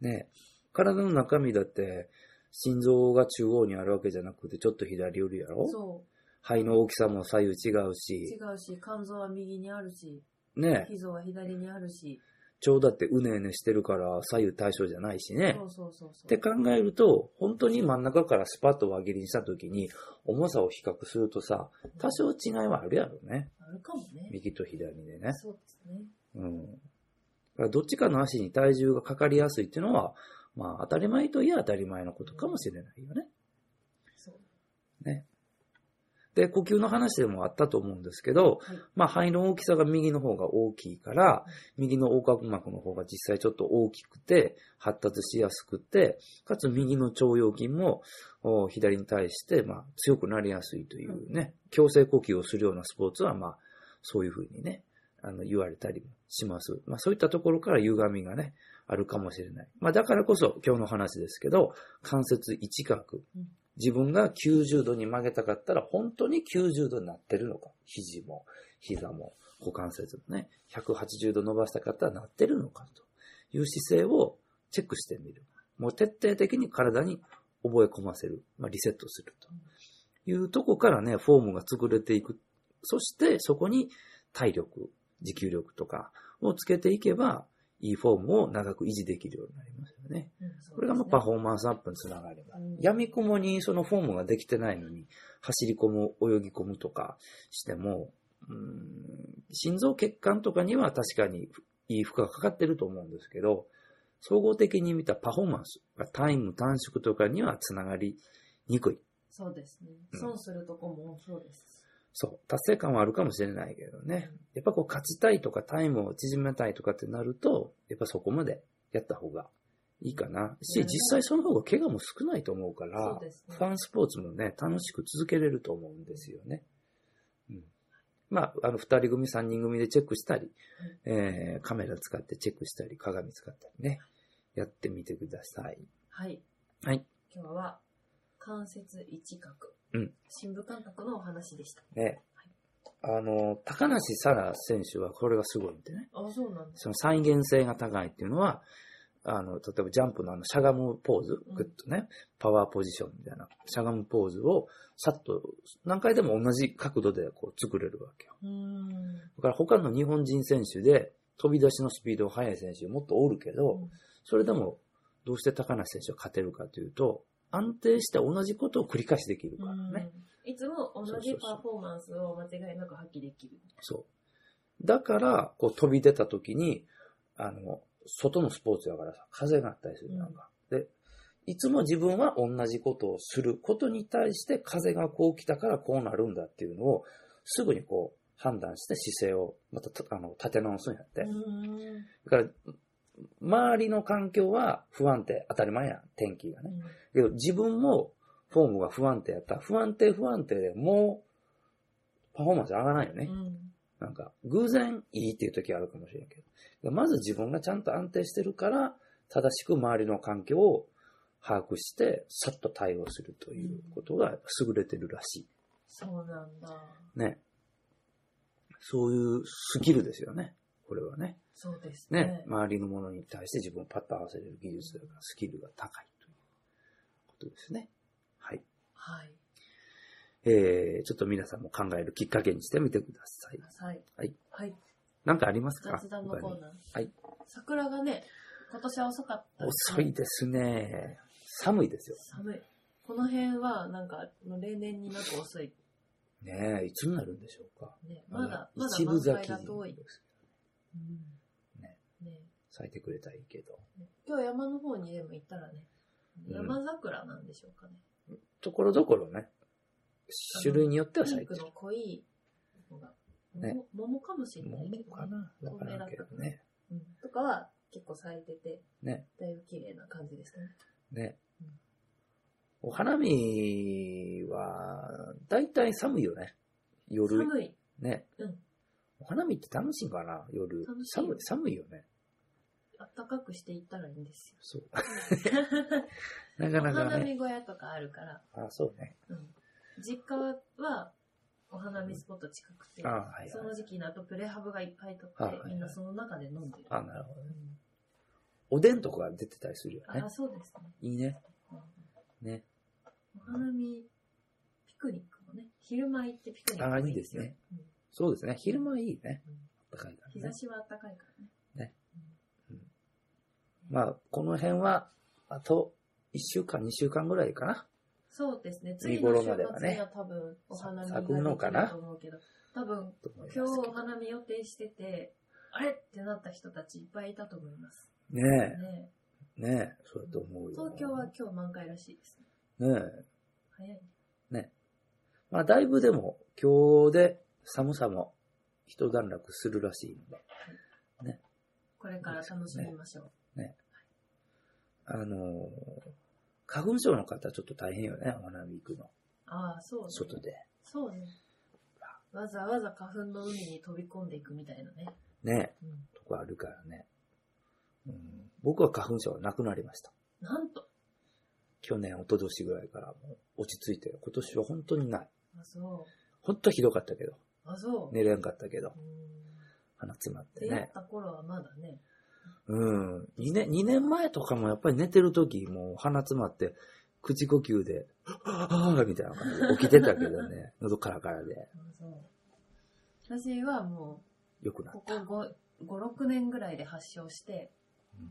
Speaker 2: ねえ体の中身だって、心臓が中央にあるわけじゃなくて、ちょっと左寄りやろ
Speaker 1: そ
Speaker 2: 肺の大きさも左右違う
Speaker 1: う。違
Speaker 2: し、
Speaker 1: うし、肝臓は右にあるし、
Speaker 2: ねえ
Speaker 1: 脾臓は左にあるし、
Speaker 2: 腸だってうねうねしてるから左右対称じゃないしね
Speaker 1: そ。うそうそうそう。
Speaker 2: って考えると、本当に真ん中からスパッと輪切りにした時に、重さを比較するとさ、多少違いはあるやろね。
Speaker 1: あるかもね。
Speaker 2: 右と左でね。
Speaker 1: そうですね。
Speaker 2: うん。だからどっちかの足に体重がかかりやすいっていうのは、まあ当たり前といえ当たり前のことかもしれないよね。
Speaker 1: そう。
Speaker 2: で、呼吸の話でもあったと思うんですけど、
Speaker 1: はい
Speaker 2: まあ肺の大きさが右の方が大きいから、右の横隔膜の方が実際ちょっと大きくて、発達しやすくて、かつ右の腸腰筋もお左に対して、まあ強くなりやすいというね、強制呼吸をするようなスポーツは、まあそういうふうにね、あの、言われたりもします。まあ、そういったところから歪みがね、あるかもしれない。まあ、だからこそ、今日の話ですけど、関節一角
Speaker 1: うん。
Speaker 2: 自分が90度に曲げたかったら、本当に90度になってるのか。肘も、膝も、股関節もね、180度伸ばしたかったらなってるのかという姿勢をチェックしてみる。もう徹底的に体に覚え込ませる。まあ、リセットするというとこからね、フォームが作れていく。そして、そこに体力、持久力とかをつけていけば、いいフォームを長く維持できるようになりますよね。これがまあパフォーマンスアップにつながれば。
Speaker 1: うん
Speaker 2: やみくもにそのフォームができてないのに、走り込む、泳ぎ込むとかしても、うん心臓血管とかには確かにいい負荷がかかってると思うんですけど、総合的に見たパフォーマンス、タイム短縮とかにはつながりにくい。
Speaker 1: そうですね
Speaker 2: う。ん
Speaker 1: 損するとこもそうです。
Speaker 2: そう、達成感はあるかもしれないけどね。やっぱこう勝ちたいとかタイムを縮めたいとかってなると、やっぱそこまでやった方がいいかな。し、
Speaker 1: うん
Speaker 2: 実際その方が怪我も少ないと思うから、
Speaker 1: そうですね
Speaker 2: ファンスポーツもね、楽しく続けれると思うんですよね。うん。まあ、あの、二人組、三人組でチェックしたり、えー、カメラ使ってチェックしたり、鏡使ったりね、やってみてください。
Speaker 1: はい。
Speaker 2: はい。
Speaker 1: 今日は、関節一角。
Speaker 2: うん。
Speaker 1: 深部感覚のお話でした。
Speaker 2: ね。あの、高梨沙羅選手はこれがすごいんでね。
Speaker 1: あ、そうなんです。
Speaker 2: その再現性が高いっていうのは、あの、例えばジャンプのあの、しゃがむポーズ、
Speaker 1: うん
Speaker 2: グッとね、パワーポジションみたいな、しゃがむポーズを、さっと、何回でも同じ角度でこう作れるわけよ。
Speaker 1: うーん。
Speaker 2: だから他の日本人選手で、飛び出しのスピードが速い選手もっとおるけど、それでも、どうして高梨選手は勝てるかというと、安定して同じことを繰り返しできるからね。
Speaker 1: いつも同
Speaker 2: そうそうそ
Speaker 1: じ
Speaker 2: う
Speaker 1: パフォーマンスを間違いなく発揮できる。
Speaker 2: そう。だから、こう飛び出た時に、あの、外のスポーツだからさ、風があったりするやんか。で、いつも自分は同じことをすることに対して風がこう来たからこうなるんだっていうのを、すぐにこう判断して姿勢をまたたあの立て直すんやって。
Speaker 1: うん
Speaker 2: だから、周りの環境は不安定、当たり前やん、天気がね。けど自分もフォームが不安定やったら、不安定不安定でもうパフォーマンス上がらないよね。
Speaker 1: うん
Speaker 2: なんか、偶然いいっていう時あるかもしれんけど。まず自分がちゃんと安定してるから、正しく周りの環境を把握して、さっと対応するということが優れてるらし
Speaker 1: そうなんだ。
Speaker 2: い。ね。そういうスキルですよね。これはね。
Speaker 1: そうです
Speaker 2: ね。
Speaker 1: ね。
Speaker 2: 周りのものに対して自分をパッと合わせれる技術だから、スキルが高いということですね。はい。
Speaker 1: はい。
Speaker 2: えー、ちょっと皆さんも考えるきっかけにしてみてください。
Speaker 1: はい。
Speaker 2: はい。
Speaker 1: はい。
Speaker 2: なんかありますか
Speaker 1: 雑談のコ
Speaker 2: 他に
Speaker 1: ーナー。
Speaker 2: はい。
Speaker 1: 桜がね、今年は遅かったです
Speaker 2: 遅
Speaker 1: ね、
Speaker 2: いですね。寒いですよ。
Speaker 1: 寒い。この辺は、なんか、もう例年になく遅い。
Speaker 2: ねえ、いつになるんでしょうか。
Speaker 1: ね、まだ、まだ
Speaker 2: 一部
Speaker 1: 満
Speaker 2: 咲
Speaker 1: 開
Speaker 2: き
Speaker 1: が遠い。
Speaker 2: ね
Speaker 1: ね
Speaker 2: 咲いてくれたらいいけど。
Speaker 1: 今日山の方にでも行ったらね、
Speaker 2: うん
Speaker 1: 山桜なんでしょうかね。
Speaker 2: ところどころね、種類によっては咲
Speaker 1: ピン
Speaker 2: いて
Speaker 1: ク
Speaker 2: る
Speaker 1: の。濃いのが、
Speaker 2: ね
Speaker 1: 桃桃かもしれないけど、
Speaker 2: 桃かなわからんけどね。
Speaker 1: うんとかは結構咲いてて、
Speaker 2: ね
Speaker 1: だいぶ綺麗な感じですかね。
Speaker 2: ね
Speaker 1: うん。
Speaker 2: お花見は、だいたい寒いよね。夜。
Speaker 1: 寒い。
Speaker 2: ね。
Speaker 1: うん
Speaker 2: お花見って楽しいんかな夜
Speaker 1: 楽。しい
Speaker 2: 寒い、寒いよね。
Speaker 1: 暖かくしていったらいいんですよ。
Speaker 2: そう。 な かな
Speaker 1: お
Speaker 2: か
Speaker 1: 花
Speaker 2: ね。
Speaker 1: 見小屋とかあるから、
Speaker 2: あ、そうね。
Speaker 1: うん、実家はお花見スポット近くて、
Speaker 2: あ、はい、
Speaker 1: そ
Speaker 2: は
Speaker 1: の
Speaker 2: い。
Speaker 1: 時期になるとプレハブがいっぱいとって、
Speaker 2: あはいはい
Speaker 1: みんなその中で飲んでる。
Speaker 2: あ、なるほど
Speaker 1: う
Speaker 2: ね。
Speaker 1: ん
Speaker 2: おでんとかが出てたりするよね
Speaker 1: あ、。そうですね。
Speaker 2: いいね。
Speaker 1: うん
Speaker 2: ね。
Speaker 1: お花見、ピクニックもね、昼間行ってピクニックも
Speaker 2: あいいですね
Speaker 1: うん。
Speaker 2: そうですね。昼間はいいね
Speaker 1: うん。
Speaker 2: 暖かいから
Speaker 1: 日
Speaker 2: ね
Speaker 1: 差。しは暖かいからね。
Speaker 2: まあ、この辺は、あと、1週間、2週間ぐらいかな。
Speaker 1: そうですね。
Speaker 2: 見
Speaker 1: 次の
Speaker 2: 頃
Speaker 1: 週
Speaker 2: まではね
Speaker 1: 末には多分お花見が
Speaker 2: 咲
Speaker 1: で
Speaker 2: く
Speaker 1: き
Speaker 2: のかな
Speaker 1: ると思うけど、多分
Speaker 2: と思います
Speaker 1: 今日お花見予定してて、あれってなった人たちいっぱいいたと思います。
Speaker 2: ね
Speaker 1: ね
Speaker 2: え、ねえ、そうだと思うよ。
Speaker 1: 東京は今日満開らしいですね。
Speaker 2: ねえ。
Speaker 1: 早い。
Speaker 2: まあ、だいぶでも、今日で寒さも一段落するらしいので、
Speaker 1: これから楽しみましょう。
Speaker 2: あのー花粉症の方はちょっと大変よね、お花見行くの。
Speaker 1: ああ、そうね。
Speaker 2: 外で。
Speaker 1: そうね。わざわざ花粉の海に飛び込んでいくみたいなね。
Speaker 2: ね、
Speaker 1: うん
Speaker 2: とこあるからね。うん、僕は花粉症はなくなりました。
Speaker 1: なんと。
Speaker 2: 去年、一昨年ぐらいからもう落ち着いて、今年は本当にない。
Speaker 1: あ、そ
Speaker 2: 本当ひどかったけど、
Speaker 1: う。あ、そう。
Speaker 2: 寝れんかったけ
Speaker 1: う、
Speaker 2: ど
Speaker 1: ん
Speaker 2: 鼻詰まって
Speaker 1: 出会っ
Speaker 2: ね。
Speaker 1: た頃はまだね。
Speaker 2: うん。2年、二年前とかもやっぱり寝てる時、もう鼻詰まって、口呼吸で、ああ、みたいな感じで起きてたけどね、 喉カラカラで
Speaker 1: あ、そう。私はも
Speaker 2: 良く
Speaker 1: う、
Speaker 2: な
Speaker 1: こ
Speaker 2: っ
Speaker 1: こ
Speaker 2: た。
Speaker 1: 5、5 6年ぐらいで発症して、
Speaker 2: うん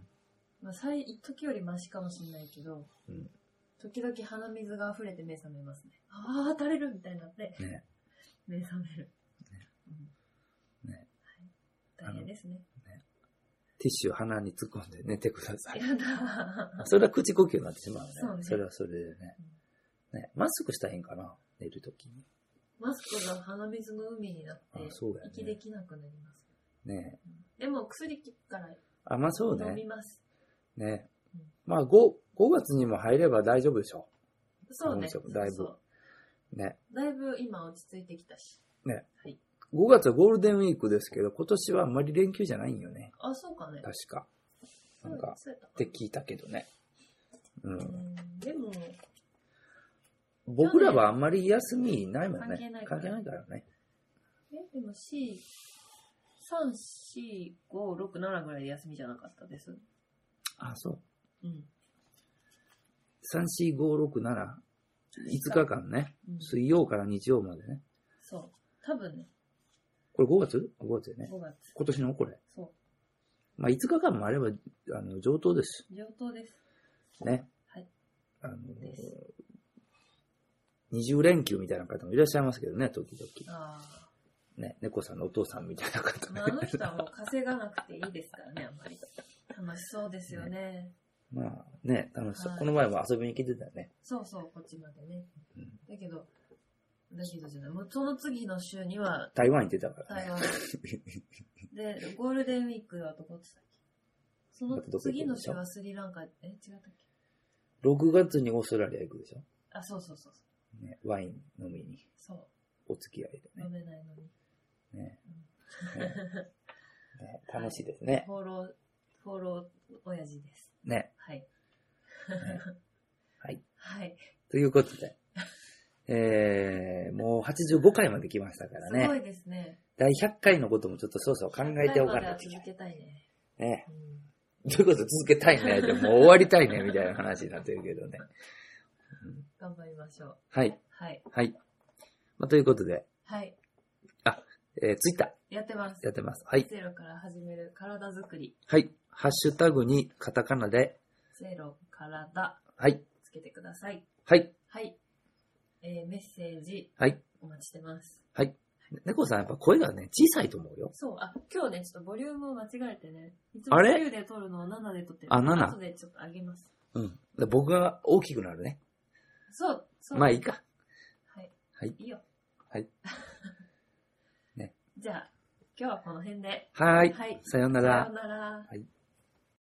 Speaker 1: まあ、最、一時よりマシかもしれないけど、
Speaker 2: うん
Speaker 1: 時々鼻水が溢れて目覚めますね。ああ、垂れるみたいになって、
Speaker 2: ね
Speaker 1: 目覚める。うん
Speaker 2: ね
Speaker 1: はい、大変ですね。
Speaker 2: ティッシュ鼻に突っ込んで寝てく ださい。
Speaker 1: やだ。
Speaker 2: それは口呼吸になってしまうね。
Speaker 1: そうね
Speaker 2: れはそれでね。ね、マスクしたらいいんかな寝るときに。
Speaker 1: マスクが鼻水の海になって
Speaker 2: あ、そうだよね
Speaker 1: 息できなくなります。
Speaker 2: ね
Speaker 1: でも薬効くから
Speaker 2: あ、まあそう
Speaker 1: 飲み
Speaker 2: ね。
Speaker 1: ます。
Speaker 2: ね
Speaker 1: うん
Speaker 2: まあ 5, 5月にも入れば大丈夫でしょ
Speaker 1: そうね。
Speaker 2: 飲みましょうだいぶ。
Speaker 1: そうそう
Speaker 2: ね。
Speaker 1: うだいぶ今落ち着いてきたし。
Speaker 2: 5月はゴールデンウィークですけど、今年はあんまり連休じゃないんよね。
Speaker 1: あ、そうかね。
Speaker 2: 確か。
Speaker 1: そう
Speaker 2: なんか
Speaker 1: そうやったか
Speaker 2: って聞いたけどね。う。
Speaker 1: うんんでも、
Speaker 2: 僕らはあんまり休みないもんね。
Speaker 1: 関係ないから
Speaker 2: 関係ないからね。
Speaker 1: え、でも C、3、4、5、6、7ぐらいで休みじゃなかったです。
Speaker 2: あ、そう。
Speaker 1: うん。
Speaker 2: 3、4、5、6、7。5日間ね。
Speaker 1: うん
Speaker 2: 水曜から日曜までね。
Speaker 1: そう。多分ね、
Speaker 2: これ5月 ?5 月だよね。
Speaker 1: 5月。
Speaker 2: 今年のこれ。
Speaker 1: そ
Speaker 2: まあ、5日間もあれば、あの、上等です。
Speaker 1: う。上等です。
Speaker 2: ね。
Speaker 1: はい。
Speaker 2: あの、
Speaker 1: です
Speaker 2: 20連休みたいな方もいらっしゃいますけどね、時々。
Speaker 1: あ
Speaker 2: ね、猫さんのお父さんみたいな方
Speaker 1: あ。ま
Speaker 2: ね
Speaker 1: あ、あの人はもう稼がなくていいですからね、あんまり。楽しそうですよね。
Speaker 2: まあね、楽しそう。
Speaker 1: はい
Speaker 2: この前も遊びに来てたよね。
Speaker 1: そうそう、こっちまでね
Speaker 2: うん。
Speaker 1: だけど、だけどじゃない。もうその次の週には
Speaker 2: 台湾行ってたからね。
Speaker 1: 台湾で、ゴールデンウィークはどこってたっけその次の週はスリランカ、え、違ったっけ
Speaker 2: 6月にオーストラリア行くでしょ。
Speaker 1: あ、そうそうそう
Speaker 2: ね、ワイン飲みに、
Speaker 1: そう。そ
Speaker 2: お付き合いで
Speaker 1: う、飲めないのに。
Speaker 2: ね。ね。ねね楽しいですね。
Speaker 1: フォロー、フォロー親父です。
Speaker 2: ね。
Speaker 1: はい。
Speaker 2: ねはい。
Speaker 1: はい。
Speaker 2: ということで。えー、もう85回まで来ましたから
Speaker 1: すご
Speaker 2: ね。
Speaker 1: いですね。
Speaker 2: 第100回のこともちょっとそうそう考えておか
Speaker 1: 100回まで
Speaker 2: な
Speaker 1: は
Speaker 2: きゃいけない
Speaker 1: 続けたいね。
Speaker 2: ね。
Speaker 1: うん
Speaker 2: どういうこと続けたいね。でももう終わりたいね。みたいな話になってるけどね。うん
Speaker 1: 頑張りましょう。
Speaker 2: はい。
Speaker 1: はい。
Speaker 2: はい。まあ、ということで、
Speaker 1: はい。
Speaker 2: えー、ツイッタ
Speaker 1: やってます
Speaker 2: ーやっ。てます。はい。
Speaker 1: ゼロから始める体づくり。
Speaker 2: はい。ハッシュタグにカタカナで、
Speaker 1: ゼロからだ。
Speaker 2: はい。
Speaker 1: つけてください。
Speaker 2: はい。
Speaker 1: はい。えー、メッセージ
Speaker 2: はい。
Speaker 1: お待ちしてます。
Speaker 2: はい。猫さんやっぱ声がね、小さいと思うよ。
Speaker 1: そう、あ、今日ね、ちょっとボリュームを間違えてね。いつ
Speaker 2: あ
Speaker 1: も
Speaker 2: れ
Speaker 1: 9で撮るのを7で撮ってる。
Speaker 2: あ7
Speaker 1: 後でちょっと上げます。
Speaker 2: うん。で僕が大きくなるね。
Speaker 1: そう、そう。
Speaker 2: まあいいか。
Speaker 1: はい。
Speaker 2: はい
Speaker 1: いいよ。
Speaker 2: はい。ね。
Speaker 1: じゃあ、今日はこの辺で。
Speaker 2: はーい。
Speaker 1: はい
Speaker 2: さような
Speaker 1: さ
Speaker 2: ら
Speaker 1: よう。なら。
Speaker 2: はい